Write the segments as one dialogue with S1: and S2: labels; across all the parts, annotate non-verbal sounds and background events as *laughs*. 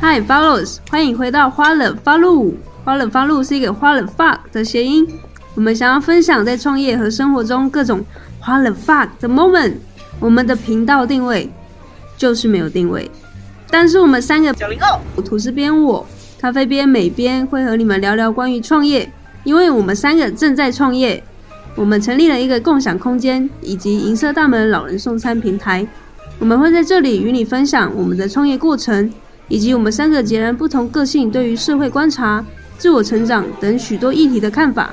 S1: Hi Follows，欢迎回到花冷发露。花冷发露是一个花冷 fuck 的谐音。我们想要分享在创业和生活中各种花冷 fuck 的 moment。我们的频道定位就是没有定位，但是我们三个
S2: 九零后，
S1: 吐司边我、咖啡边美边会和你们聊聊关于创业，因为我们三个正在创业。我们成立了一个共享空间以及银色大门老人送餐平台，我们会在这里与你分享我们的创业过程，以及我们三个截然不同个性对于社会观察、自我成长等许多议题的看法。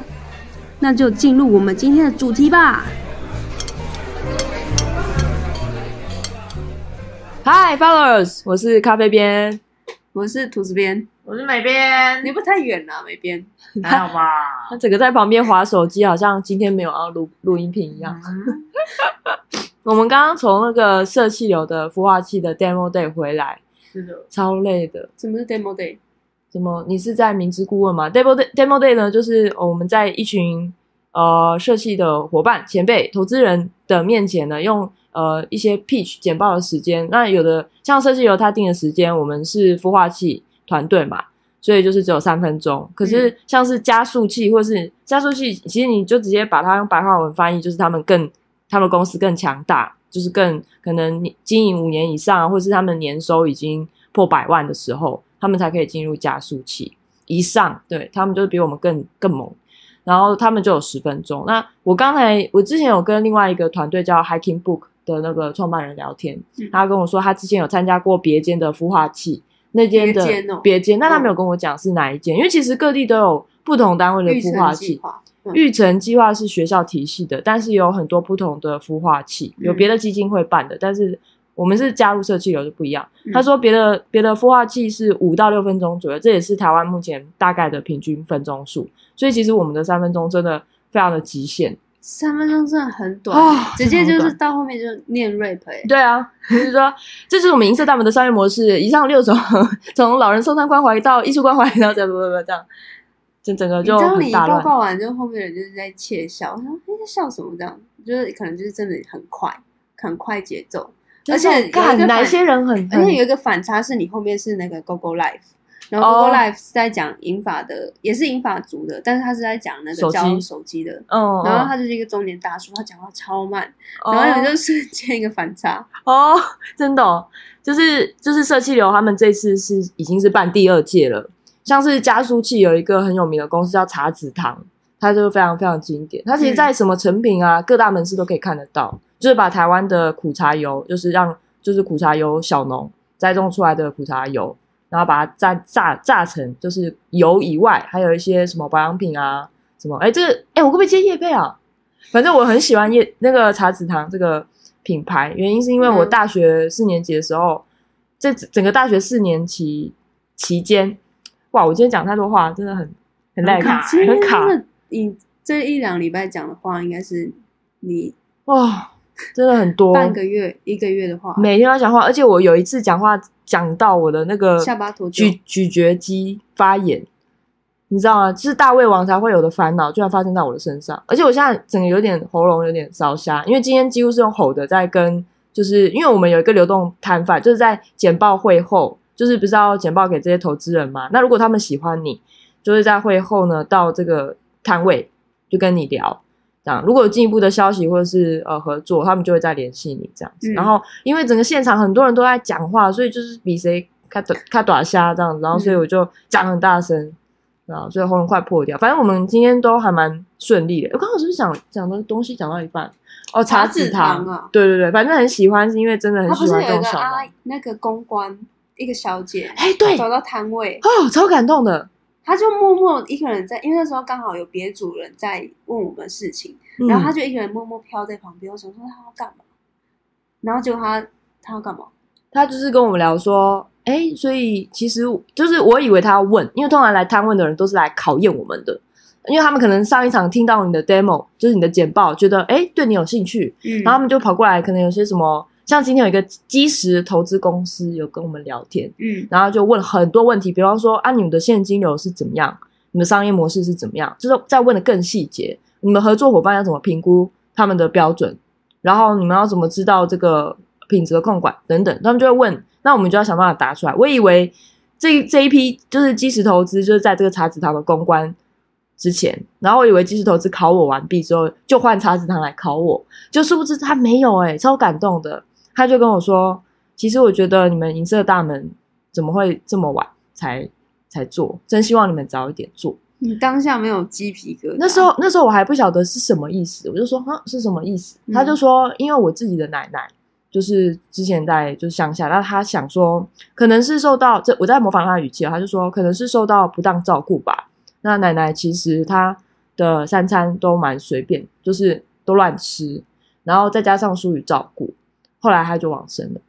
S1: 那就进入我们今天的主题吧。
S3: Hi followers，我是咖啡边。
S1: 我是兔子边，
S2: 我是美边，
S1: 不太远啦，美边。
S2: 还好吧？
S3: 他整个在旁边划手机，好像今天没有要录录音频一样。
S2: 嗯，
S3: 我们刚刚从那个社气流的孵化器的 demo day 回来，
S2: 是的，
S3: 超累的。
S1: 什么是 demo day？
S3: 怎么？你是在明知顾问吗？demo day demo day 呢，就是我们在一群呃社系的伙伴、前辈、投资人的面前呢，用呃一些 pitch 简报的时间。那有的像社系流他定的时间，我们是孵化器团队嘛，所以就是只有三分钟。可是像是加速器或是加速器，其实你就直接把它用白话文翻译，就是他们更他们公司更强大，就是更可能你经营五年以上，或是他们年收已经破百万的时候，他们才可以进入加速器以上。对他们就是比我们更更猛，然后他们就有十分钟。那我刚才我之前有跟另外一个团队叫 Hiking Book 的那个创办人聊天，
S1: 嗯
S3: 他跟我说他之前有参加过别间的孵化器。那间的
S1: 别间哦
S3: 别间，那他没有跟我讲是哪一间，因为其实各地都有不同单位的孵化器。
S1: 划，
S3: 育成计划是学校体系的，但是有很多不同的孵化器，
S1: 嗯
S3: 有别的基金会办的，但是我们是加入社区流就不一样。
S1: 嗯
S3: 他说别的别的孵化器是五到六分钟左右，这也是台湾目前大概的平均分钟数，所以其实我们的三分钟真的非常的极限。
S1: 三分钟真的很短，
S3: 啊
S1: 直接就
S3: 真的
S1: 是
S3: 很
S1: 到后面就念 rap 哎、
S3: 对啊，就是说这就是我们银色大门的商业模式，以上六种 *laughs* 从老人送餐关怀到艺术关怀，然后这样这样这样，整整个
S1: 你
S3: 就
S1: 当你
S3: 很
S1: 一
S3: 大
S1: 报
S3: 乱。
S1: 告完，就后面人就是在窃笑，我说哎在笑什么这样，就是可能就是真的很快，很快节奏，而且有一个
S3: 看
S1: 反
S3: 哪些人很，
S1: 而
S3: 很
S1: 且有一个反差是你后面是那个 GoGo Life。然后 GoGo
S3: 哦
S1: Life 是在讲银法的，也是银法族的，但是他是在讲那个
S3: 手机
S1: 教手机的。
S3: 嗯，
S1: 然后
S3: 嗯
S1: 他就是一个中年大叔，他讲话超慢，
S3: 哦
S1: 然后你就 *laughs* 瞬间一个反差。
S3: 哦， *laughs* 真的、哦，就是就是社气流，他们这次是已经是办第二届了。像是加速器有一个很有名的公司叫茶子堂，它就非常非常经典。它其实在什么成品啊、各大门市都可以看得到，就是把台湾的苦茶油，就是让就是苦茶油小农栽种出来的苦茶油，然后把它榨榨榨成就是油以外，还有一些什么保养品啊，什么哎这个哎我会不会接叶贝啊？反正我很喜欢叶那个茶子堂这个品牌，原因是因为我
S1: 嗯
S3: 大学四年级的时候，这整个大学四年期期间，哇，我今天讲太多话，真的很很累，
S2: 卡
S1: 其实
S3: 很卡
S1: 那个你这一两礼拜讲的话，应该是你
S3: 哇，真的很多，
S1: 半个月、一个月的话，
S3: 每天都要讲话，而且我有一次讲话讲到我的那个
S1: 下巴脱臼
S3: 咀咀嚼肌发炎，你知道吗？就是大胃王才会有的烦恼，居然发生在我的身上。而且我现在整个有点喉咙有点烧瞎，因为今天几乎是用吼的在跟，就是因为我们有一个流动摊贩，就是在简报会后，就是不是要简报给这些投资人嘛？那如果他们喜欢你，就是在会后呢到这个摊位就跟你聊。这样，如果有进一步的消息或者是呃合作，他们就会再联系你这样子。
S1: 嗯
S3: 然后，哦因为整个现场很多人都在讲话，所以就是比谁开短开短虾这样子，然后所以
S1: 嗯
S3: 我就讲很大声，然后所以喉咙快破掉。反正我们今天都还蛮顺利的。我刚刚是不是讲讲的东西讲到一半？哦，
S1: 茶
S3: 茶
S1: 籽
S3: 籽
S1: 堂
S3: 糖
S1: 啊
S3: 对对对，反正很喜欢，是因为真的很
S1: 他不
S3: 喜
S1: 是哎
S3: 欢这
S1: 有一
S3: 种
S1: 个
S3: 小
S1: 阿
S3: 农。
S1: 姨那个公关一个小姐，
S3: 哎，对
S1: 走到摊位，
S3: 哦，超感动的。
S1: 她就默默一个人在，因为那时候刚好有别主人在问我们事情，然后她
S3: 嗯
S1: 就一个人默默飘在旁边。我想说她要干嘛，然后结果她她要干嘛？
S3: 他就是跟我们聊说，哎，所以其实就是我以为他要问，因为通常来摊问的人都是来考验我们的，因为他们可能上一场听到你的 demo，就是你的简报，觉得哎对你有兴趣，
S1: 嗯
S3: 然后他们就跑过来，可能有些什么，像今天有一个基石投资公司有跟我们聊天，
S1: 嗯
S3: 然后就问很多问题，比方说啊，你们的现金流是怎么样？你们商业模式是怎么样？就是再问的更细节，你们合作伙伴要怎么评估他们的标准？然后你们要怎么知道这个品质的控管等等？他们就会问，那我们就要想办法答出来。我以为。这这一批就是基石投资，就是在这个茶子堂的公关之前，然后我以为基石投资考我完毕之后，就换茶子堂来考我，就殊不知他没有哎、超感动的。他就跟我说，其实我觉得你们银色大门怎么会这么晚才才做？真希望你们早一点做。
S1: 你当下没有鸡皮疙瘩？
S3: 那时候那时候我还不晓得是什么意思，我就说哈是什么意思？
S1: 嗯
S3: 他就说，因为我自己的奶奶就是之前在就是乡下，那他想说可能是受到这我在模仿他的语气哦，他就说可能是受到不当照顾吧。那奶奶其实她的三餐都蛮随便，就是都乱吃，然后再加上疏于照顾，后来她就往生了。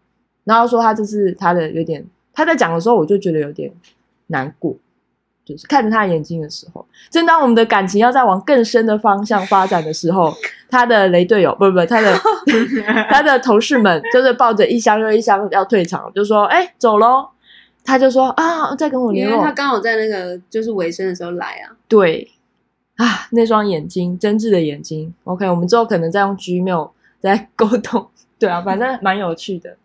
S3: 然后说她这是她的有点，她在讲的时候我就觉得有点难过，就是看着她的眼睛的时候，正当我们的感情要再往更深的方向发展的时 *laughs* 候，她的雷队友不不不，她的 *laughs* 她的同事们就是抱着一箱又一箱要退场，就说哎、走喽，她就说啊再跟我
S1: 因
S3: 联
S1: 为
S3: 络，
S1: 他刚好在那个就是尾声的时候来啊，
S3: 对啊，那双眼睛，真挚的眼睛。OK，我们之后可能再用 Gmail 再沟通。 *laughs* 对啊，反正蛮有趣的。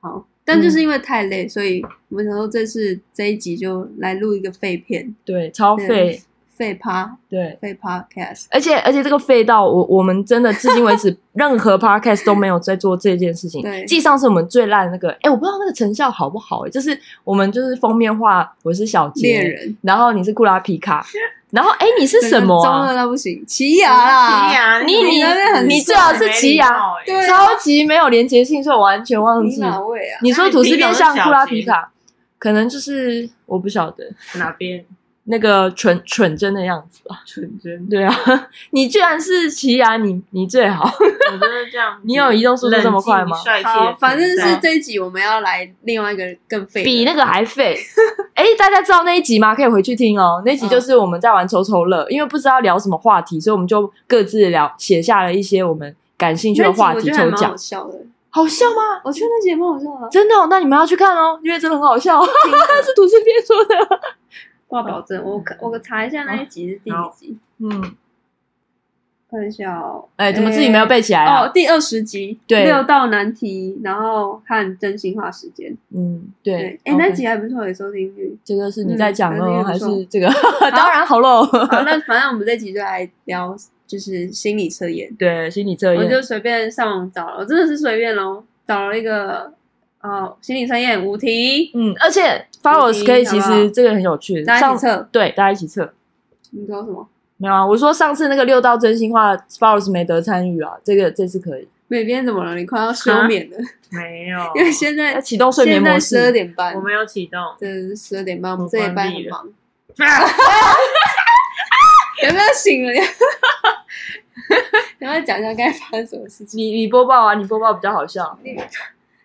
S1: 好，但
S3: 嗯
S1: 就是因为太累，所以我们想说这次这一集就来录一个废片，
S3: 对，超废。
S1: 废趴
S3: 对，
S1: 废 podcast，
S3: 而且而且这个废到我我们真的至今
S1: *laughs*
S3: 为止任何 podcast 都没有在做这件事情
S1: 对。
S3: 记上次我们最烂的那个，哎，我不知道那个成效好不好、诶就是我们就是封面画，我是小
S1: 猎
S3: 杰，
S1: 人
S3: 然后你是库拉皮卡，然后哎你是什么
S1: 中
S3: 啊
S1: 二？到不行，奇亚啦，
S2: 奇亚
S3: 你
S1: 你那边很
S3: 你最好是奇亚，，
S1: 对啊
S3: 超级没有连结性，所以我完全忘
S1: 你
S3: 记。
S1: 哪位啊？
S3: 你说吐司变相
S2: 那你
S3: 库拉皮
S2: 平常是小
S3: 卡，可能就是我不晓得
S2: 哪边
S3: 那个纯纯真的样子吧。
S2: 纯真？
S3: 对啊， *laughs* 你居然是奇亚，你你最好。。
S2: 我真的这样子
S3: 你有移动速度这么快吗
S2: 冷静帅气
S1: 好
S2: 的，
S1: 反正
S2: 存
S1: 是
S2: 在
S1: 这一集我们要来另外一个更废的，
S3: 啊比那个
S1: *laughs*
S3: 还废。哎、大家知道那一集吗？可以回去听哦。那一集
S1: 嗯
S3: 就是我们在玩抽抽乐，因为不知道聊什么话题，所以我们就各自聊写下了一些我们感兴趣
S1: 那
S3: 的
S1: 集
S3: 话
S1: 我
S3: 题
S1: 觉得还
S3: 抽
S1: 蛮好
S3: 奖。
S1: 笑的，
S3: 好笑吗？
S1: 我觉得那集也蛮好笑的，
S3: 真的、哦，那你们要去看哦，因为真的很好笑。 *laughs* 是吐司边说的。
S1: 挂保证，我可我查一下那一集是第几集，
S3: 嗯，
S1: *laughs* 看一下哦，
S3: 哎、怎么自己没有背起来啊？
S1: 哦，第二十集，
S3: 对
S1: 六道难题，然后看真心话时间，
S3: 嗯，对
S1: 对，。哎，那
S3: OK
S1: 集还不错的收听率。
S3: 这个是你在讲
S1: 嗯
S3: 喽，
S1: 还
S3: 还
S1: 是不错
S3: 是这个？ *laughs* 当然好喽。
S1: 好，那反正我们这集就来聊，就是心理测验。
S3: *laughs* 对，心理测
S1: 我就
S3: 验，
S1: 随便上网找了，我真的是随便咯，找了一个哦心理测验五题，
S3: 嗯，而且 followers 可以，其
S1: 好不好
S3: 实这个很有趣。
S1: 大家一
S3: 上
S1: 起测。
S3: 对，大家一起测。
S1: 你说什么？
S3: 没有啊，我说上次那个六道真心话 followers 没得参与啊，这个这次可以。
S1: 美编怎么了？你快要休眠了，
S2: 没有，
S1: 因为现在
S3: 要启动哦睡眠模
S1: 现在十二
S3: 式，
S1: 点半
S2: 我，没有启动。
S1: 真的是十二点半，我
S2: 我
S1: 们这一班
S2: 关
S1: 很
S2: 闭了
S1: 忙。有没有醒了？ *laughs* 然后讲一下该发生什么事情。
S3: 你你播报啊，你播 *laughs* 报比较好笑。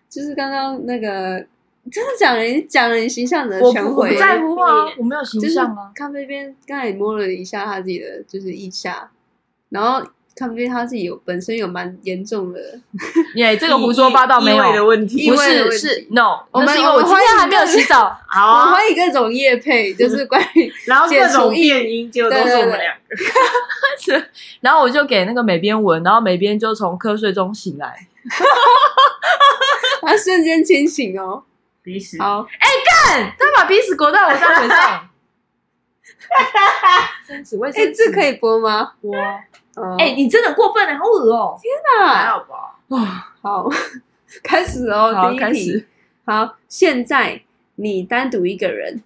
S1: 就是刚刚那个，真的讲了你讲了你形象的
S3: 我
S1: 全
S3: 不我
S1: 毁了，
S3: 不在乎啊
S2: 你，
S3: 我没有形
S1: 就是
S3: 象啊。
S1: 咖啡边刚才也摸了一下他自己的就是腋下，然后咖啡边他自己有本身有蛮严重的，
S3: 耶，这个胡说八道没
S2: 异味的
S3: 有，
S2: 问题
S1: 异
S3: 不
S1: 味的
S3: 是
S1: 问题
S3: 是 no，
S1: 我们
S3: 那是因为我今天还没有洗澡。
S1: 我
S3: 啊
S2: 好，
S1: 怀疑各种夜配，就是关于
S2: 然后各种变音，结果都是我们两个。
S3: *laughs* 然后我就给那个美编闻，然后美编就从瞌睡中醒来。
S1: 他瞬间清醒哦。
S2: 彼此
S1: 好，
S3: 看，他把鼻屎裹在我大腿上。 *laughs* 真子卫
S1: 哎、这可以播吗？
S3: *laughs* 播。
S1: *laughs* 哦
S3: 哎、你真的过分了，好恶哦、
S2: 还
S1: 那
S2: 好吧？
S1: 好， *laughs* 开始哦，
S3: 好，
S1: 第
S3: 开
S1: 一题。
S3: 始。
S1: 好，现在你单独一个人，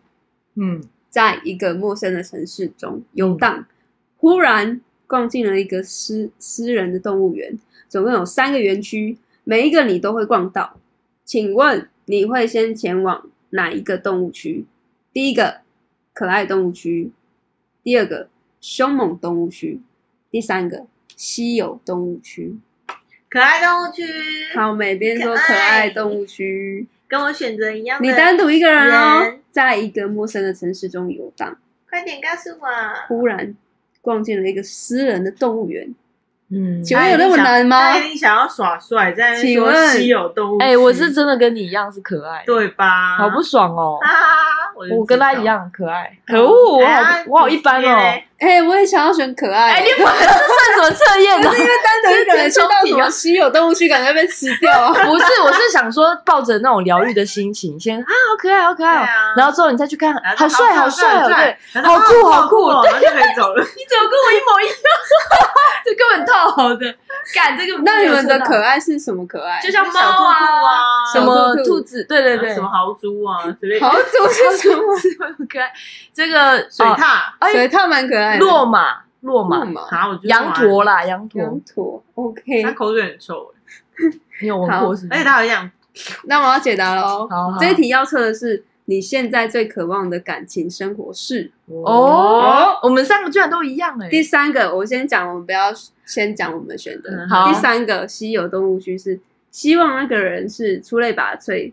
S3: 嗯，
S1: 在一个陌生的城市中游荡，忽然逛进了一个私私人的动物园，总共有三个园区，每一个你都会逛到。请问你会先前往哪一个动物区？第一个可爱动物区，第二个凶猛动物区，第三个稀有动物区。
S2: 可爱动物区，
S1: 好，每边说可
S2: 可
S1: 爱
S2: 爱
S1: 动物区。
S2: 跟我选择一样的。
S1: 你单独一个人哦
S2: 人，
S1: 在一个陌生的城市中游荡。
S2: 快点告诉我。
S1: 忽然逛进了一个私人的动物园，
S3: 嗯，
S1: 请问有那么难吗
S2: 他？一定想要耍帅，在那边
S1: 请
S2: 说
S1: 问
S2: 稀有动物区。
S3: 哎、我是真的跟你一样是可爱，，
S2: 对吧？
S3: 好不爽哦、
S2: 啊！我就知道
S3: 我跟他一，样可爱，可恶，我好、
S2: 哎呀
S3: 我好一般哦、
S2: 你嘞
S1: 哎、我也想要选可爱。
S3: 哎，你不这算什么测验呢
S1: 不？是 *laughs* 因为单独一个人去 *laughs* 到什
S3: 这是整体
S1: 么
S3: 啊
S1: 稀有动物区，感觉被吃掉 *laughs* 啊。
S3: 不是，我是想说，抱着那种疗愈的心情，先啊，好可爱，好可
S2: 对
S3: 爱哦，
S2: 啊，
S3: 然后之后你再去看，
S2: 然后
S3: 好
S2: 就啊
S3: 帅，好帅哦，对，，
S2: 然后
S3: 好酷
S2: 哦
S3: 好酷
S2: 哦然后就可以走
S1: *laughs*
S2: 了。
S3: 你怎么跟我一模一样？ *laughs* 这根本套好的， *laughs* 干这个
S1: 那你们的可
S3: 爱
S1: 爱是什么可爱？
S3: 就像猫
S2: 小兔兔啊
S3: 什么
S1: 小兔兔
S3: 兔啊子，对对
S2: 然后
S3: 对，
S2: 什么豪猪啊之类的，
S1: 好总是什 *laughs* 么？
S3: 很可爱。这个
S2: 水
S3: 哦
S2: 獭
S3: 哎
S1: 水獭蛮可爱的。
S3: 落马，落
S1: 木
S3: 马，
S1: 马、
S2: 啊，我觉得
S3: 羊驼嗯啦，羊
S1: 羊
S3: 驼，
S1: 驼。OK，
S2: 它口水很臭，
S3: 你有闻
S1: 好
S3: 过是不
S2: 而且
S3: 是？
S2: 它好像
S1: 那我要解答喽。
S3: 好好
S1: 这一题要测的是你现在最渴望的感情生活是
S3: 哦，我们三个居然都一样哎，
S1: 第三个。我先讲，我们不要先讲我们选的。
S2: 嗯
S3: 好
S1: 第三个稀有动物区是希望那个人是出类拔萃，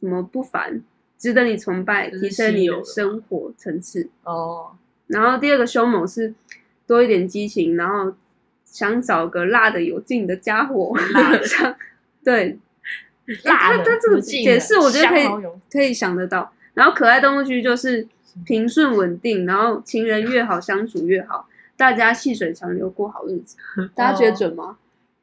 S1: 什么不凡，值得你崇拜，
S2: 就是
S1: 提升你
S2: 稀有的
S1: 的
S2: 嘛
S1: 生活层次。
S3: 哦，
S1: 然后第二个凶猛是多一点激情，然后想找个辣的有劲的家伙，*laughs*
S2: 辣的
S1: 像对
S3: 辣
S1: 他
S3: 的
S1: 他哎这个
S3: 有劲
S1: 解
S3: 的
S1: 释我觉得可以
S3: 香茅油
S1: 可以想得到。然后可爱动物区就是平顺稳定，然后情人越好相处越好，大家细水长流过好日子。大家觉得准吗？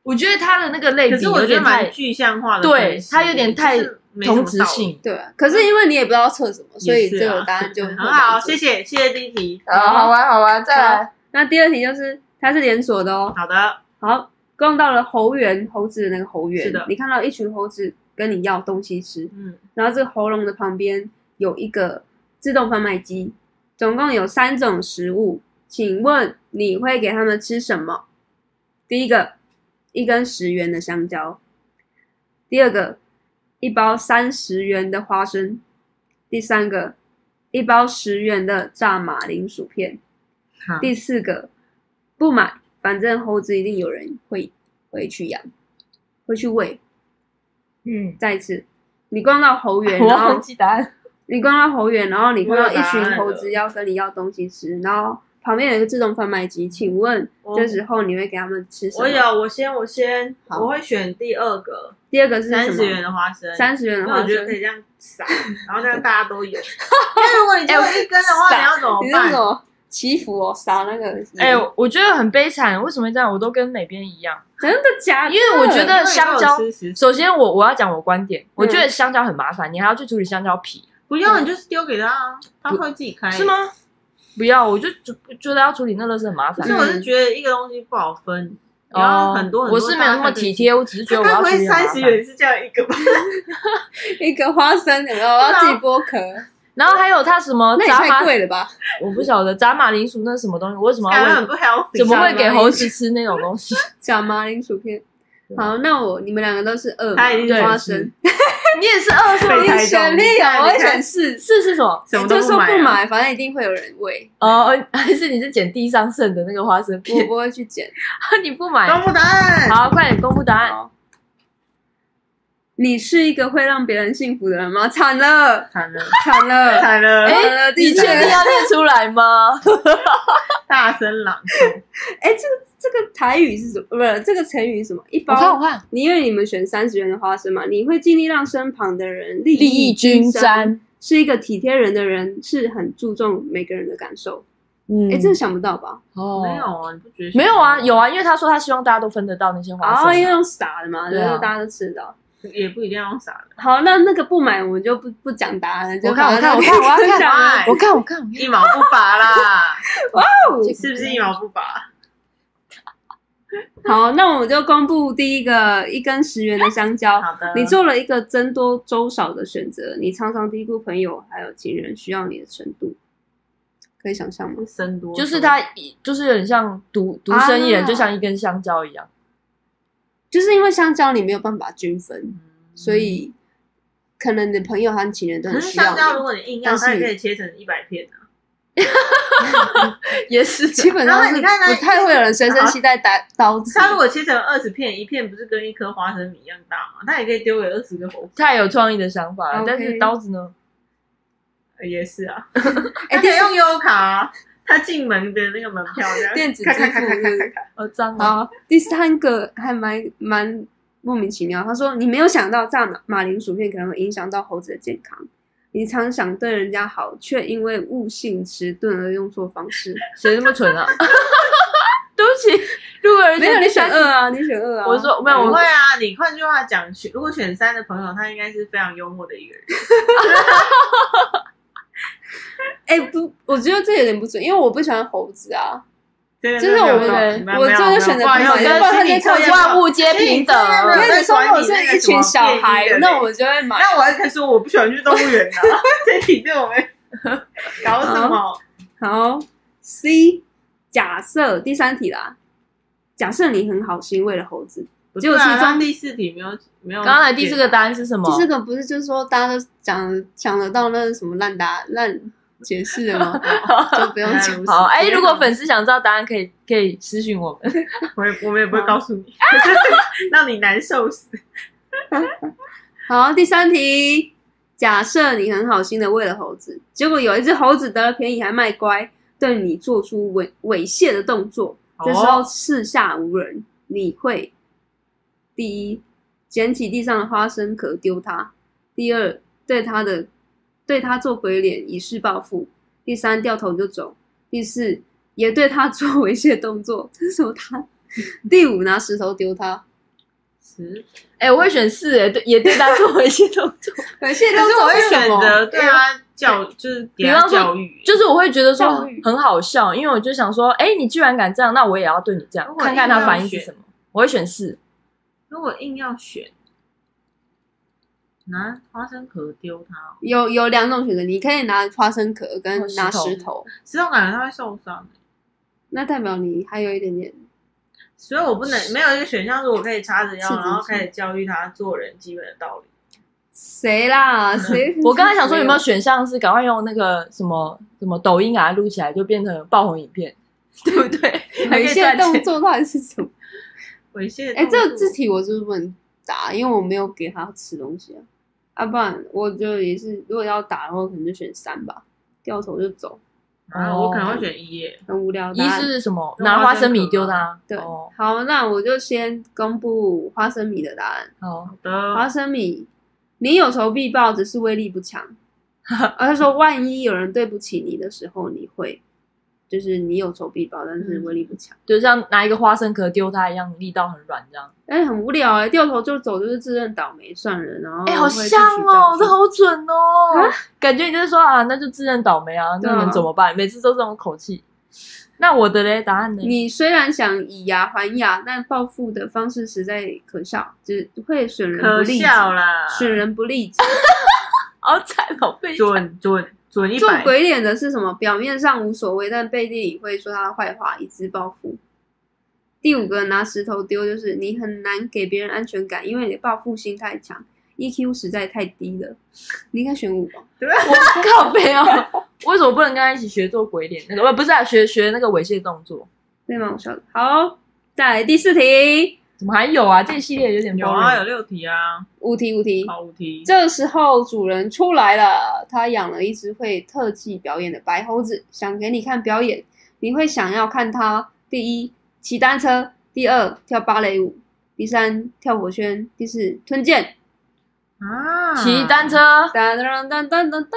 S3: 我觉得他的那个类
S2: 可
S3: 比
S2: 是我
S3: 有
S2: 觉得
S3: 点
S2: 蛮
S3: 太
S2: 具象化的
S3: 对
S2: 分析，
S3: 它有点太
S2: 就是没什么
S3: 同质性
S1: 对啊，可是因为你也不知道测什么，所以
S2: 也是
S1: 这
S2: 啊
S1: 个答案
S2: *laughs*
S1: 就
S2: 道理。很好，
S1: 谢
S2: 谢谢谢谢第一题，
S3: 啊，好玩好玩，再来。
S1: 那第二题就是它是连锁的哦。
S2: 好的，
S1: 好，逛到了猴园，猴子的那个猴园，
S2: 是的
S1: 你看到一群猴子跟你要东西吃，
S2: 嗯，
S1: 然后这个喉咙的旁边有一个自动贩卖机，总共有三种食物，请问你会给他们吃什么？第一个，一根十元的香蕉；第二个，一包三十元的花生；第三个，一包十元的炸马铃薯片；
S2: 好，
S1: 第四个，不买，反正猴子一定有人会会去养，会去喂。
S3: 嗯，
S1: 再一次，你逛到猴园，
S3: *laughs* 我
S1: 然后
S3: 忘记答案。
S1: 你逛到猴园，然后你看到一
S2: 我有答
S1: 群
S2: 案
S1: 猴子要跟你要东西吃，然后旁边有一个自动贩卖机，请问
S2: 我
S1: 这时候你会给他们吃什么？
S2: 哦我有，我先我先，
S1: 好
S2: 我会选第二个
S1: 第二个是
S2: 三
S1: 什
S2: 十元
S1: 么？
S2: 的花生，
S1: 三十元
S2: 因
S1: 的
S2: 为我
S1: 花
S2: 觉得可以
S1: 生。
S2: 这样撒，然后这样大家
S3: *laughs*
S2: 都有。因为如果你只有一根的话，
S3: 哎
S2: 你要怎么
S1: 你是什
S2: 办？
S1: 么祈福哦？撒那个？
S3: 哎、我觉得很悲惨，为什么会这样？我都跟美编一样。
S1: 真的假的？
S3: 因为我觉得
S2: 因为你
S3: 香蕉
S2: 都有吃食
S3: 首先我，我要讲我观点，我觉得香蕉很麻烦，你还要去处理香蕉皮，
S2: 不用，你就是丢给他啊，他会自己开。
S3: 嗯是？吗？不要，我就就觉得要处理那垃圾很麻
S2: 可
S3: 烦
S2: 是。我是觉得一个东西不好分，然后哦很多很多，
S3: 嗯哦我是没有那么体。贴，我只是觉得
S2: 他
S3: 我
S2: 该不
S3: 要处
S2: 会
S3: 理很麻
S2: 三
S3: 烦
S2: 十元是这样一个吧？
S1: 一个花生有没有？我要自己剥壳，
S3: 然后还有他什么
S1: 那也
S3: 炸马
S1: 太，贵了吧？
S3: 我不晓得炸马铃薯那是什么东西，我为什么
S2: 感觉
S3: 要
S2: 很
S3: 喂？
S2: 不 healthy。
S3: 怎么会给猴
S2: 你
S3: 子吃那种东西？
S1: 假马铃薯片
S3: 对。
S1: 好，那我你们两个都是二嘛，
S2: 他一定
S3: 是
S1: 花
S3: 吃
S1: 生。
S3: 你也是二是吗
S2: 被
S1: 你
S2: 猜中
S1: 选没有？
S2: 你看
S1: 我会
S2: 你看
S1: 选四。
S3: 是是什么？
S2: 什么都
S1: 就说不
S2: 不买啊
S1: 买，反正一定会有人喂，
S3: 哦，还是你是捡地上剩的那个花生 *laughs*
S1: 我
S3: 片？
S1: 不会去捡。
S3: 你不
S2: 啊？
S3: 买？
S2: 公布答案。
S3: 好，快点公布答案。
S1: 你是一个会让别人幸福的人吗？惨了，
S2: 惨了，
S1: 惨了，
S2: 惨了！
S3: *laughs* 哎
S1: 完了，
S3: 你
S1: 第
S3: 确
S1: 三
S3: 定
S1: 个，
S3: 要念出来 *laughs* 吗？
S2: 大声朗诵，
S1: 哎，这个这个台语是什么？不是这个成语是什么？一
S3: 我看我
S1: 包。
S3: 看，
S1: 你因为你们选三十元的花生嘛，你会尽力让身旁的人利
S3: 利益均
S1: 沾，
S3: 沾。
S1: 是一个体贴人的人，是很注重每个人的感受。
S3: 嗯
S1: 哎，这个想不到吧？
S3: 哦
S2: 没有啊？你不觉得？
S3: 没有啊，有啊，因为他说他希望大家都分得到那些花
S1: 然啊
S3: 生。啊
S1: 后因为用撒的嘛，
S3: 对
S1: 然
S3: 啊
S1: 后大家都吃得到。
S2: 也不一定要用傻的，
S1: 好，那那个不买，我们就不不讲答案了。就
S3: 我看
S1: 把
S3: 我看
S1: 它
S3: 我看我要
S1: 分
S3: 看
S1: 享了
S2: 哎
S3: 我看我看我看，
S2: 一毛不拔啦，
S3: 这个
S2: 是不是一毛不拔？ *laughs*
S1: 好，那我们就公布第一个一根十元的香蕉。
S2: 好的，
S1: 你做了一个僧多粥少的选择，你常常低估朋友还有情人需要你的程度，可以想象吗？
S2: 僧多
S3: 就是他一就是有点像独独身一人，
S1: 啊
S3: 就像一根香蕉一样。
S1: 就是因为香蕉你没有办法均分，
S2: 嗯
S1: 所以可能你的朋友和情人都
S2: 可
S1: 很
S2: 是
S1: 需要
S2: 香蕉，如
S1: 你。
S2: 果你硬要，它
S1: 但是
S2: 也可以切成一百片啊。
S3: 也是，
S1: 基本上是
S2: 然后
S1: 不
S2: 你看它
S1: 太会有人随身携带刀刀子。
S2: 它如果切成二十片，一片不是跟一颗花生米一样大吗？它也可以丢给二十个猴子，
S3: 太有创意的想法了
S1: OK。
S3: 但是刀子呢？
S2: 呃也是啊。
S1: 哎
S2: 它可以用优卡啊，它进门的那个门票这
S1: *laughs*
S2: 样
S1: 电子支
S2: 咔
S1: 付
S2: 咔咔咔咔咔咔。
S3: 呃，脏啊！
S1: 好，第三个还蛮蛮莫名其妙。他说你没有想到炸马马铃薯片可能会影响到猴子的健康，你常想对人家好，却因为悟性迟钝而用错方式。
S3: 谁那么蠢 *laughs* 啊？对不起，如果有人
S1: 没有，
S3: 觉得
S1: 你选
S3: 三
S1: 二啊，你选二啊。
S3: 我说没有，
S2: 不
S3: 我
S2: 会啊，你换句话讲，选如果选三的朋友，他应该是非常幽默的一个人。
S1: 哎、不，我觉得这有点不准，因为我不喜欢猴子啊。
S2: 真的
S1: 就是
S2: 没有
S1: 我
S2: 道理
S1: 我这个选择
S2: 没有道理
S1: 不是不然
S2: 我觉得
S1: 他
S2: 心理
S1: 就跳
S2: 测验
S1: 进
S3: 万物皆平等。啊
S1: 因
S2: 对
S1: 为你说
S2: 呃
S1: 如
S2: 管
S1: 果
S2: 你
S1: 是
S2: 那个
S1: 一
S2: 什么
S1: 群小
S2: 便衣
S1: 孩
S2: 的，
S1: 那
S2: 嘞
S1: 我就会买。
S2: 那我还可以说我不喜欢去动
S1: *laughs*
S2: 物园的、啊，这你对我们
S1: 啊
S2: 搞什么？
S1: 好，C，假设第三题啦，假设你很好心喂了猴子，结果其
S2: 对啊
S1: 中
S2: 他第四题没有没有。
S3: 刚才第四个答案是什么
S1: 第？四个不是就是说大家都讲讲得到那什么烂答烂解释了
S3: *laughs*
S1: 吗？哦就不用解释。
S3: 好，哎，如果粉丝想知道答案，可以可以私信我们。
S2: 我也我们也不会告诉你， *laughs* 让你难受死。
S1: 好，第三题，假设你很好心的喂了猴子，结果有一只猴子得了便宜还卖乖，对你做出猥猥亵的动作，这时候四下无人，你会第一捡起地上的花生壳丢它，第二对它的对它做鬼脸以示报复，第三掉头就走，第四也对它做猥亵动作，这是什么他？第五拿石头丢它，
S2: 十，
S3: *laughs* 哎，我会选四，哎，对，也对大家做一些动作，
S1: 猥亵
S2: 可
S1: 动
S2: 是我
S1: 作
S2: 会
S1: 是什
S2: 选择
S1: 么？
S3: 啊
S2: 对他教，就是给
S3: 比
S2: 他
S3: 方说
S2: 教育，
S3: *laughs* 就是我会觉得
S1: 教
S3: 说
S1: 育
S3: 很好笑，因为我就想说，哎，你居然敢这样，那我也要对你这样
S2: 如，果
S3: 看看他
S2: 硬要
S3: 反应是
S2: 选
S3: 什么。我会选四，
S2: 如果硬要选，拿花生壳丢他，哦
S1: 有有两种选择，你可以拿花生壳跟
S3: 或石
S1: 拿
S3: 头
S1: 石头，
S2: 石头感觉他会受伤，
S1: 那代表你还有一点点
S2: 所以我不能没有一个选项是我可以插着腰，
S1: 是
S2: 然后
S1: 是
S2: 开始教育他做人基本的道理。
S1: 谁啦？谁？
S3: 我刚才想说有没有选项是赶快用那个什么什么抖音啊录起来，就变成爆红影片，对不对？还可
S1: 猥
S3: 以
S1: 亵
S3: 赚钱
S1: 动作到底是什么？
S2: 猥亵。
S1: 哎、这这题我是不是不能答？因为我没有给他吃东西啊。啊，不然我就也是，如果要打的话，我可能就选三吧，掉头就走，
S2: 啊，我可能会
S1: 哦
S2: 选一耶。
S1: 很无聊的答
S3: 一
S1: 案。
S3: 是什么？
S2: 用花
S3: 拿花生米
S2: 生壳
S3: 丢他。
S1: 对
S3: 哦，
S1: 好，那我就先公布花生米的答案。
S3: 好，
S2: 好的，
S1: 花生米，你有仇必报，只是威力不
S3: *laughs*
S1: 强。而他说，万一有人对不起你的时候，你会就是你有仇必报，但是威
S3: 嗯
S1: 力不强。
S3: 就像拿一个花生壳丢他一样，力道很软这样。
S1: 哎、很无聊哎、掉头就走，就是自认倒霉算了，然后
S3: 哎，好
S1: 会继续
S3: 像哦
S1: 教，
S3: 这
S1: 训
S3: 好准哦，感觉你就是说啊，那就自认倒霉啊，
S1: 对啊
S3: 那能怎么办？每次都这种口气。那我的嘞，
S2: 嗯
S3: 答案呢？
S1: 你虽然想以牙还牙，但报复的方式实在可笑，只会损人不
S2: 可
S1: 利己，
S2: 笑啦，
S1: 损人不利己。
S3: 好惨，好悲惨。
S2: 准准准一
S1: 做
S2: 百，
S1: 鬼脸的是什么？表面上无所谓，但背地里会说他的坏话，以资报复。第五个拿石头丢，就是你很难给别人安全感，因为你的报复心太强，EQ 实在太低了。你应该选五吧。
S3: 靠背 *laughs* 哦，为什么不能跟他一起学做鬼脸那个？不是啊，学学那个猥亵动作。
S1: 对吗？我笑的。好，再来第四题，
S3: 怎么还有啊？这一系列有点
S2: 有啊，有
S3: boring。
S2: 六题啊，
S1: 五题五题。
S2: 好五题。
S1: 这时候主人出来了，他养了一只会特技表演的白猴子，想给你看表演。你会想要看它：第一，骑单车；第二，跳芭蕾舞；第三，跳火圈；第四，吞剑。
S2: 啊，
S3: 骑单车，
S1: 哒哒哒哒哒哒。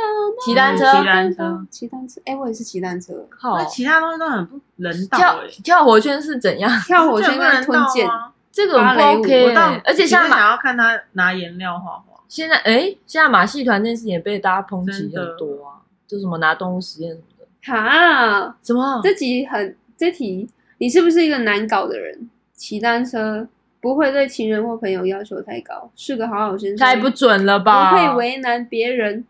S3: 骑单车，
S2: 嗯骑单车，
S1: 骑单车。哎，我也是骑单车。
S3: 靠
S2: 那，其他东西都很不人道
S3: 跳
S2: 哎。
S3: 跳火圈是怎样？
S1: 跳火
S2: 这
S1: 圈
S2: 很不人
S1: 跟吞
S2: 道
S1: 剑。
S2: 啊
S3: 这个很不
S1: 芭蕾舞
S3: OK，
S2: 我
S3: 欸、
S2: 倒，
S3: 而且现
S2: 现
S3: 在
S2: 在
S3: 马
S2: 想要看他拿颜料画画，
S3: 现在哎、现在马戏团这件事情也被大家抨击
S2: 真的
S3: 很多啊，就什么拿动物实验什么的，
S1: 哈，
S3: 什么
S1: 这集很这题，你是不是一个难搞的人？骑单车不会对情人或朋友要求太高，是个好好先生。
S3: 太不准了吧？
S1: 不会为难别人。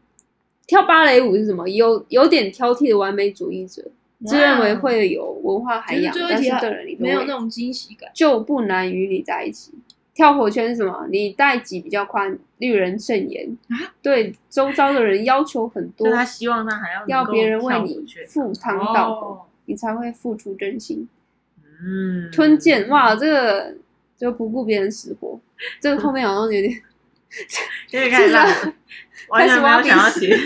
S1: 跳芭蕾舞是什么？有有点挑剔的完美主义者，自认为会有文化涵养，
S4: 就是最后
S1: 但
S4: 一题
S1: 是
S4: 啊
S1: 对人你都
S4: 没有
S1: 会
S4: 那种惊喜感。
S1: 就不难与你在一起。跳火圈是什么？你带几比较宽，令人慎言，
S4: 啊
S1: 对周遭的人要求很
S2: 就
S1: 多
S2: 是，他希望他还要
S1: 要
S2: 要
S1: 别人为你赴汤蹈火，
S4: 哦
S1: 你才会付出真心。
S2: 哦嗯，
S1: 吞剑，哇，这个就不顾别人死活，这个后面好像有
S4: *laughs*
S1: 点
S2: 有点开始烂
S1: 是
S2: *laughs* 了，完全没有想要写。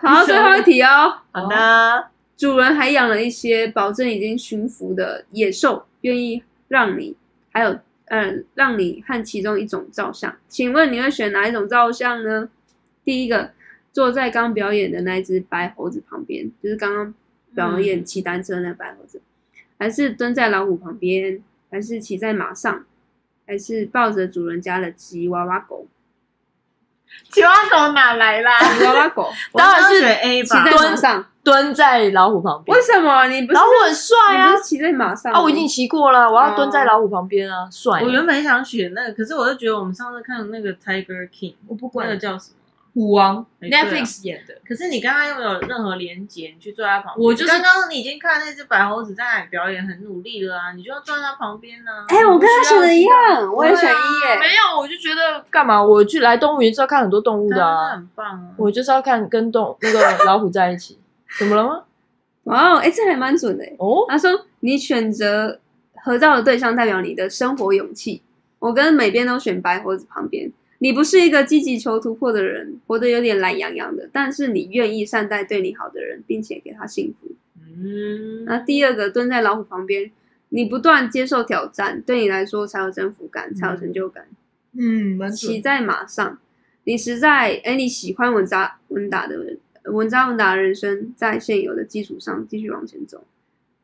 S1: 好。最后一题哦。
S2: 好 *laughs* 的，
S1: 主人还养了一些保证已经驯服的野兽，愿意让你还有嗯、呃让你和其中一种照相。请问你会选哪一种照相呢？第一个坐在刚表演的那一只白猴子旁边，就是刚刚表
S3: 嗯
S1: 演骑单车那白猴子，还是蹲在老虎旁边，还是骑在马上，还是抱着主人家的吉娃娃狗？
S2: 吉娃狗哪来啦？
S1: 吉娃娃
S3: *laughs*
S1: 狗
S3: 当然是
S2: 我要选 A
S1: 骑
S2: 吧
S1: 在。马
S3: 蹲
S1: 上，
S3: 蹲在老虎旁边
S1: 为，什么你不是
S3: 老虎很帅
S1: 你
S3: 啊
S1: 不！是骑在马上
S3: 啊，
S1: 吗
S3: 我已经骑过了，我要蹲在老虎旁边啊，帅！
S2: 我原本想选那个，可是我就觉得我们上次看的那个 Tiger King，
S3: 我不
S2: 那个叫什么？
S3: 虎王
S2: 哎对啊
S3: ，Netflix 演的，
S2: 可是你刚刚又没有任何连结，你去坐在他旁边。
S3: 我就是
S2: 刚刚你已经看那只白猴子在那里表演很努力了啊，你就要坐在他旁边呢、啊。
S1: 哎、我跟他选的一样，我也选一耶、
S3: 没有，我就觉得干嘛？我去来动物园是要看很多动物
S2: 真
S3: 的
S2: 的
S3: 啊，
S2: 很棒啊！
S3: 我就是要看跟动那个老虎在一起，怎么了吗？
S1: 哇哦，哎、这还蛮准的耶。
S3: 哦，
S1: 他说你选择合照的对象代表你的生活勇气。我跟每边都选白猴子旁边。你不是一个积极求突破的人，活得有点懒洋洋的，但是你愿意善待对你好的人，并且给他幸福。
S2: 嗯，
S1: 那第二个，蹲在老虎旁边，你不断接受挑战，对你来说才有征服感，才有成就感。
S3: 嗯，蛮
S1: 骑在马上，你实在哎，你喜欢稳扎稳打的人，稳扎稳打的人生，在现有的基础上继续往前走。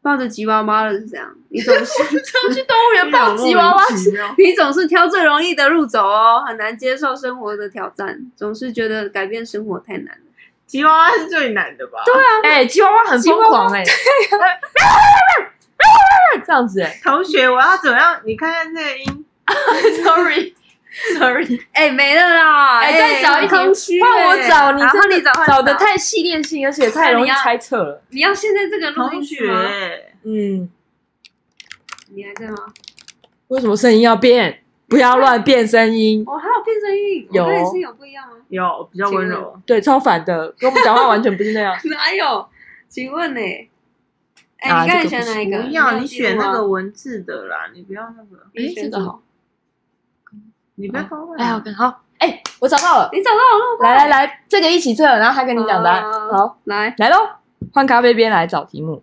S1: 抱着吉娃娃了是怎样？你总是 *laughs*
S3: 去动物园抱吉 *laughs* 娃娃，
S2: *laughs*
S1: 你总是挑最容易的路走哦，很难接受生活的挑战，总是觉得改变生活太难了。
S2: 吉娃娃是最难的吧？对啊，
S3: 哎，吉娃娃很疯狂哎， *laughs* 这样子哎
S2: 同学，我要怎么样？你看看这个音，
S3: ，sorry，sorry，
S1: 哎，没了啦！
S3: 哎再找一题
S1: 很空虚
S3: 换我
S1: 哎
S3: 找，你
S1: 好换
S3: 真
S1: 你
S3: 的
S1: 找，换你
S3: 找的太系列性，而且太容易猜测了。
S1: 你要现在这个录进
S2: 同
S1: 去吗？
S2: 学，
S3: 嗯，
S1: 你还在吗？
S3: 为什么声音要变？不要乱变声 *laughs* 音，
S1: 哦我还有变声音，
S3: 有
S1: 我跟你声音有不一样吗？
S2: 有比较温柔。
S3: 对，超烦的，跟我们讲话完全不是那样。
S1: *laughs* 哪有？请问呢、哎、
S3: 啊
S1: 你刚才
S3: 这
S1: 选
S3: 个不
S1: 哪一个？
S2: 不要，你
S1: 有记哎录
S2: 选那
S1: 吗
S2: 个，文字的啦，你不要那个，
S1: 你
S3: 哎
S1: 选
S3: 这个
S1: 什么
S3: 好。
S2: 你不要偷换。
S3: *laughs* 哎，好看，好，哎，我找 *laughs* 到了，
S1: 你找到我了，
S3: 来来来，这个一起测，然后他跟你讲答案
S1: 啊。
S3: 好，
S1: 来，
S3: 来喽，换咖啡边来找题目。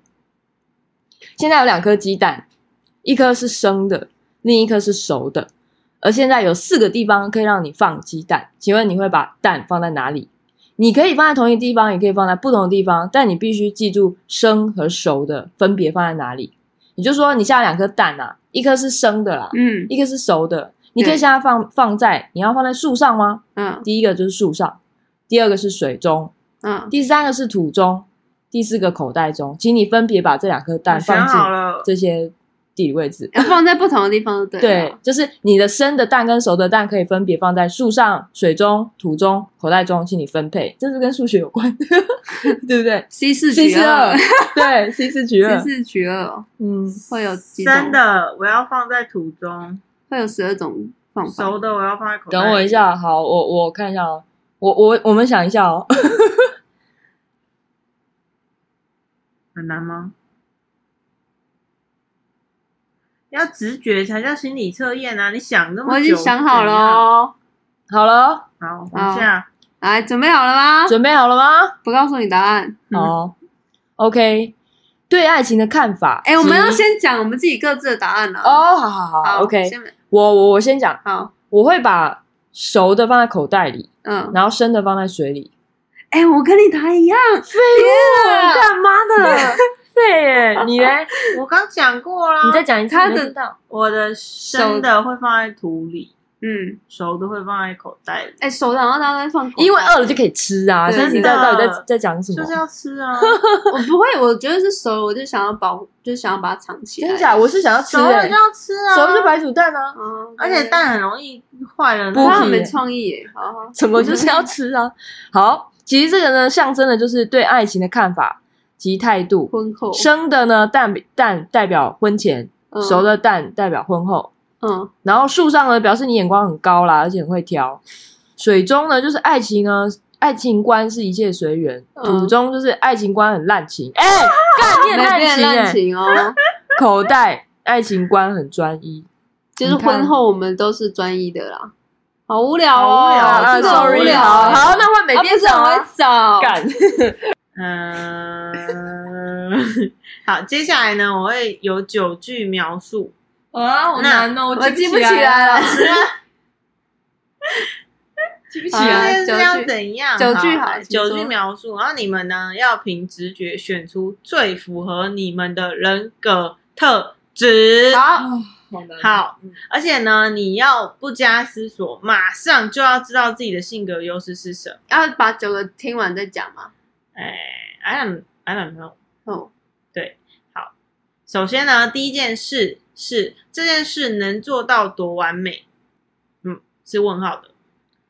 S3: 现在有两颗鸡蛋，一颗是生的，另一颗是熟的。而现在有四个地方可以让你放鸡蛋，请问你会把蛋放在哪里？你可以放在同一个地方，也可以放在不同的地方，但你必须记住生和熟的分别放在哪里。你就说你现在有两颗蛋啊，一颗是生的啦，
S1: 嗯
S3: 一颗是熟的。你可以
S1: 对
S3: 现在放放在你要放在树上吗？
S1: 嗯
S3: 第一个就是树上，第二个是水中，
S1: 嗯，
S3: 第三个是土中，第四个口袋中，请你分别把这两颗蛋
S2: 我选
S3: 放进
S2: 好了，
S3: 这些地理位置。
S1: 要呃放在不同的地方就对
S3: 对
S1: 了。，
S3: 就是你的生的蛋跟熟的蛋可以分别放在树上、水中、土中、口袋中，请你分配。这是跟数学有关的， *laughs* 对不对
S1: C 四
S3: ？C
S1: 取
S3: 四二
S1: *laughs* 二，
S3: 对，C 四取
S1: ，C
S3: 二，
S1: 四取二哦
S3: 嗯，
S1: 会有几种？
S2: 真的，我要放在土中，
S1: 会有十二种放法。
S2: 熟的我要放在口袋。
S3: 等我一，下，好，我我看一下哦，我我我们想一下哦，
S2: 很难吗？要直觉才叫心理测验啊！你想那么久，
S1: 我已经想好了
S2: 怎样。
S1: 哦。
S3: *laughs* 好了，哦
S2: 好，等一下，
S1: 来，准备好了吗？
S3: 准备好了吗？
S1: 不告诉你答案。
S2: 嗯
S3: 好，OK，对爱情的看法。
S1: 哎、我们要
S3: 及
S1: 先讲我们自己各自的答案了。，
S3: 哦，好好好
S1: 好
S3: o k
S1: 先没
S3: 我我我先讲，
S1: 好，
S3: 我会把熟的放在口袋里，
S1: 嗯，
S3: 然后生的放在水里。
S1: 哎、我跟你答案一样，啊
S3: 废物，干嘛
S2: *laughs*
S3: 的？ *laughs* 废耶！你嘞？
S2: 我刚讲过啦。
S3: 你再讲一次，
S1: 他
S3: 我
S1: 的
S3: 知道
S2: 我的生的会放在土里，
S1: 嗯，
S2: 熟的会放在口袋里，
S1: 哎、手然后大家都在放口袋，
S3: 因为饿了就可以吃啊。
S1: 对
S3: 但是你
S2: 真
S3: 在
S2: 的
S3: 到底在在讲什么
S2: 就？是要吃
S3: *laughs*
S2: 啊。
S1: *laughs* 我不会，我觉得是熟了，我就想要保，就想要把它藏起来。
S3: 真假？我是想要吃
S2: 熟了
S3: 耶，
S2: 就要吃啊，
S3: 熟了就白煮
S2: *laughs*
S3: 蛋啊。
S1: 哦？
S2: 而且蛋很容易坏了。
S3: 不
S1: 哇，
S3: 可
S1: 很
S3: 以
S1: 没创意耶，好好，
S3: 怎么就是要吃啊？好，其实这个呢，象征的就是对爱情的看法及态度。
S1: 婚后
S3: 生的呢，蛋蛋代表婚前，
S1: 嗯
S3: 熟的蛋代表婚后。
S1: 嗯，
S3: 然后树上呢，表示你眼光很高啦，而且很会挑。水中呢，就是爱情呢，爱情观是一切随缘。
S1: 嗯
S3: 土中就是爱情观很滥情，哎、干
S1: 没
S3: 念滥
S1: 变
S3: 情、
S1: 滥
S3: 哎。
S1: 情 *laughs* 哦，
S3: 口袋爱情观很专一，
S1: 就是婚后我们都是专一的啦，好无聊
S2: 好无
S1: 哦，
S2: 聊
S3: 啊
S1: 真的好
S3: sorry，
S1: 无聊
S3: 好
S1: 哎。
S3: 好，那换美
S1: 啊
S3: 边
S1: 不是很
S3: 找啊
S1: 会找，
S3: 干，
S2: 嗯， *laughs* 好，接下来呢，我会有九句
S1: *laughs*
S2: 描述。
S3: 啊，
S2: 好难
S3: 哦
S1: 我记不起来了。
S2: 是啊，曲
S1: 好啊
S2: 这件事
S1: 九
S2: 要
S1: 句
S2: 怎样？
S1: 九句
S2: 好
S1: 好请
S2: 九
S1: 说
S2: 句描述，然后你们呢要凭直觉选出最符合你们的人格特质。
S1: 好，
S3: 啊，好
S4: 哦
S3: 难
S2: 好
S3: 嗯，
S2: 而且呢，你要不加思索，马上就要知道自己的性格优势是什么。
S1: 要把九个听完再讲嘛。
S2: 哎，I don't I don't know。
S1: 哦，
S2: 首先呢，第一件事是这件事能做到多完美，嗯，是问号的。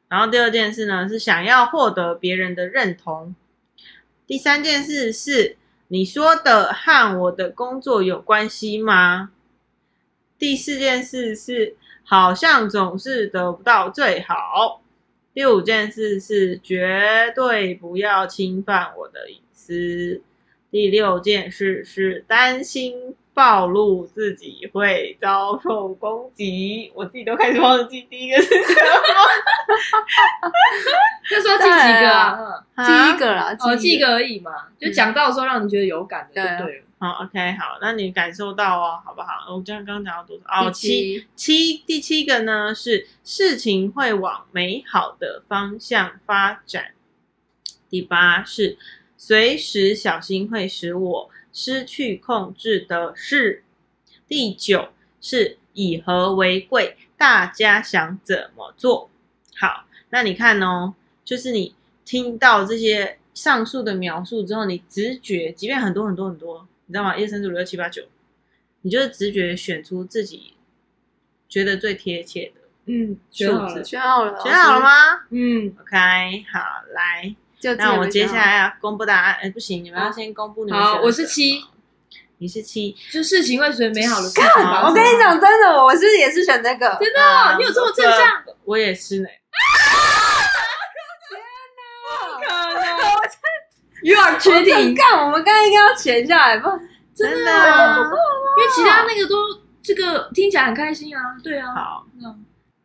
S2: 然后第二件事呢是想要获得别人的认同。第三件事是你说的和我的工作有关系吗？第四件事是好像总是得不到最好。第五件事是绝对不要侵犯我的隐私。第六件事是担心暴露自己会遭受攻击，我自己都开始忘记第一个是什么。
S4: 那时候记几个
S1: 对
S4: 啊？
S1: 记一个啦，
S4: 哦，记
S1: 一
S4: 一个而已嘛，就讲到的时候让你觉得有感的就对了。
S2: 好，OK，好，那你感受到哦，好不好？我刚刚讲到多少？哦，
S1: 第七
S2: 七第七个呢是事情会往美好的方向发展。第八是随时小心会使我失去控制的事。第九是以和为贵，大家想怎么做？好，那你看哦，就是你听到这些上述的描述之后，你直觉，即便很多很多很多，你知道吗？一二三四五六七八九，你就是直觉选出自己觉得最贴切的。
S4: 嗯，学好
S2: 数
S4: 了
S2: 字。
S1: 选好了，
S2: 选好了？吗
S4: 嗯，
S2: ？OK，好，来，
S1: 就
S2: 那我接下来要公布答案。哎，不行，你们要
S4: 好
S2: 先公布你们
S4: 好
S2: 嗯选的
S4: 我是
S2: 什么
S4: 七，
S2: 你是七，
S4: 就事情会随美好的事情发生。
S1: 我跟你讲，真的，我是也是选那个，
S4: 真的
S2: 啊
S4: 哦，你有这么正向？
S2: 我也是呢。
S4: You are
S1: 真干！我们刚才应该要选下来吧？
S4: 真
S2: 真
S4: 的
S2: 的
S4: 啊，
S3: 嗯
S2: 啊
S4: 因为其他那个都这个听起来很开心啊，对啊，
S2: 好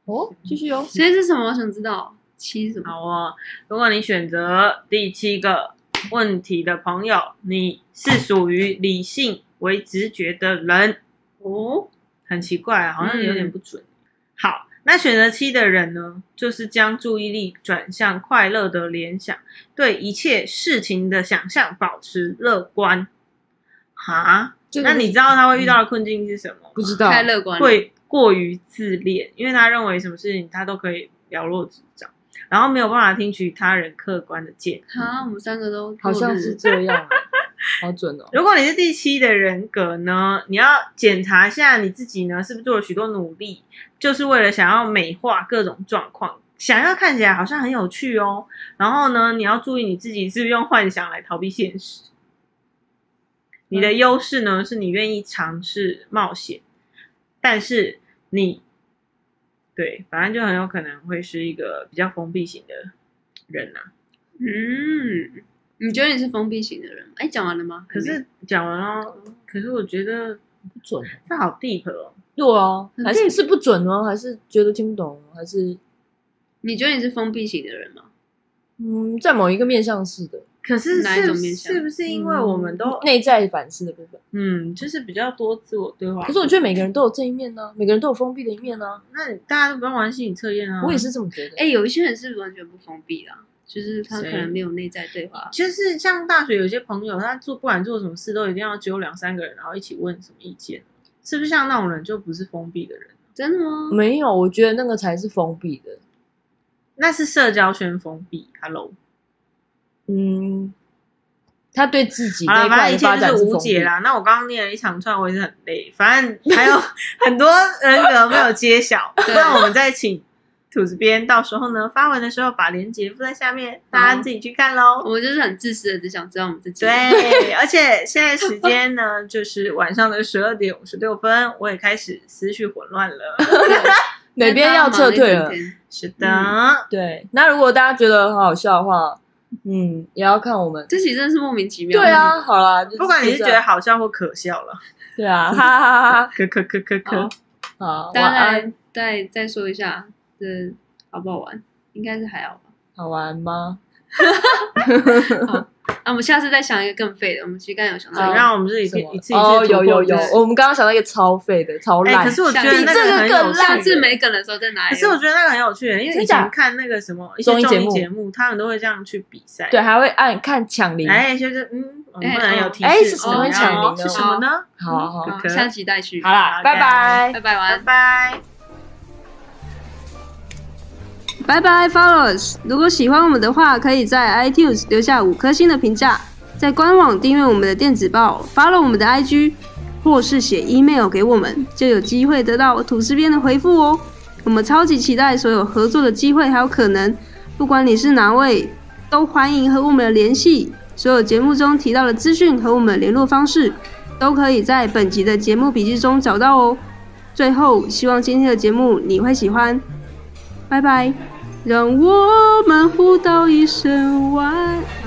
S3: 哦，继续哦。
S1: 所以是什么？我想知道七是什么？
S2: 好哦。如果你选择第七个问题的朋友，你是属于理性为直觉的人哦，很奇怪，好像有
S3: 嗯
S2: 点不准。好，那选择七的人呢，就是将注意力转向快乐的联想，对一切事情的想象保持乐观。哈，
S3: 这个嗯
S2: 那你知道他会遇到的困境是什么吗？
S3: 不知道
S1: 太乐观了，
S2: 会过于自恋，因为他认为什么事情他都可以了若指掌，然后没有办法听取他人客观的建议。
S1: 啊！我们三个都
S3: 好像是这
S2: *laughs*
S3: 样，啊好准哦。
S2: 如果你是第七的人格呢，你要检查一下你自己呢，是不是做了许多努力，就是为了想要美化各种状况，想要看起来好像很有趣哦。然后呢，你要注意你自己是不是用幻想来逃避现实。你的优势呢，是你愿意尝试冒险，但是你对，反正就很有可能会是一个比较封闭型的人啊呐、
S1: 嗯，你觉得你是封闭型的人吗？哎，讲完了吗？
S2: 可是讲完了，可是我觉得
S3: 不准，
S2: 这好 deep 哦。
S3: 对啊，还
S1: 对
S3: 是是不准哦吗？还是觉得听不懂？哦还是
S1: 你觉得你是封闭型的人吗？
S3: 嗯，在某一个面向是的，嗯
S2: 可是
S1: 哪一
S2: 是
S1: 种面向
S2: 是不是因为我们都
S3: 内在反思的部分。
S2: 嗯就是比较多自我对话？
S3: 可是我觉得每个人都有这一面呢，每个人都有封闭的一面呢。
S2: 那你大家都不用玩心理测验啊。
S3: 我也，是这么觉得。
S1: 哎，有一些人是完全不封闭的啊，就是他可
S2: 谁
S1: 能没有内在对话。
S2: 就是像大学有些朋友，他做不管做什么事都一定要揪两三个人，然后一起问什么意见，是不是像那种人就不是封闭的人？
S1: 真的吗？
S3: 没有，我觉得那个才是封闭的。
S2: 那是社交圈封闭。Hello，
S3: 嗯，他对自己
S2: 好
S3: 那
S2: 了，
S3: 一
S2: 反正一
S3: 块的
S2: 切
S3: 发展
S2: 就是
S3: 封
S2: 无
S3: 闭
S2: 解。啦。那我刚刚念了一长串，我也是很累。反正还有很多人格没有揭
S3: *laughs*
S2: 晓，
S1: 对
S2: 那我们再请兔子编到时候呢发文的时候把链接附在下面，大家自己去看喽。
S1: 我们就是很自私的，只想知道我们自己。， *laughs*
S2: 对，而 *laughs* 且现在时间呢，就是晚上的十二点五十六分，我也开始思绪混乱了。
S3: 哪边要撤退了？
S2: 是的，嗯
S3: 对，那如果大家觉得很好笑的话，嗯，也要看我们。
S1: 这期真的是莫名其妙。
S3: 对，啊，好啦，就
S2: 不管你是
S3: 就
S2: 觉
S3: 这
S2: 得
S3: 样
S2: 好笑或可笑了，
S3: 对啊，哈哈哈哈。
S2: 可可可可可
S1: 好，
S3: 好，
S1: 大
S3: 晚
S1: 家
S3: 安
S1: 再，再再说一下，这好不好玩？应该是还好吧。
S3: 好玩吗？
S1: 啊，我们下次再想一个更废的，我们其实刚才有想到
S2: 怎
S1: 一
S2: 么
S1: 个，
S2: 让我们自己
S3: 什
S2: 可以
S3: 么
S2: 一次一次
S3: 哦，
S2: 突
S3: 有
S2: 破
S3: 有有
S2: 自己，
S3: 我们刚刚想到一个超废的，超
S2: 哎，
S3: 烂
S2: 可，是我觉
S1: 想
S2: 得那
S3: 比这个
S2: 很
S3: 更
S2: 有
S3: 烂
S1: 下
S2: 趣
S1: 次没梗的时候再拿一
S2: 可
S1: 个。
S2: 是我觉得那个很有趣，因为
S3: 真
S2: 以
S3: 假
S2: 前看那个什么一些
S3: 综艺节
S2: 啊综艺
S3: 目
S2: 节目，他们都会这样去比赛。
S3: 对，，还会按看抢铃，
S2: 哎，就是嗯，我们
S1: 哎
S2: 不能有
S1: 哦
S2: 提
S3: 哎
S2: 示
S3: 是什
S1: 么
S2: 哦
S1: 抢
S2: 然后
S3: 铃
S2: 是
S3: 哦
S2: 什么呢？
S3: 好好
S1: 好
S2: 可
S1: 下期待续，
S3: 好啦，拜
S1: 拜拜
S3: 拜。
S2: 嗯拜
S1: 完，
S2: 拜。
S1: 拜拜，Followers！如果喜欢我们的话，可以在 iTunes 留下五颗星的评价，在官网订阅我们的电子报，follow 我们的 IG，或是写 email 给我们，就有机会得到吐司边的回复哦。我们超级期待所有合作的机会还有可能，不管你是哪位，都欢迎和我们的联系。所有节目中提到的资讯和我们的联络方式，都可以在本集的节目笔记中找到哦。最后，希望今天的节目你会喜欢，拜拜。让我们互道一声晚安。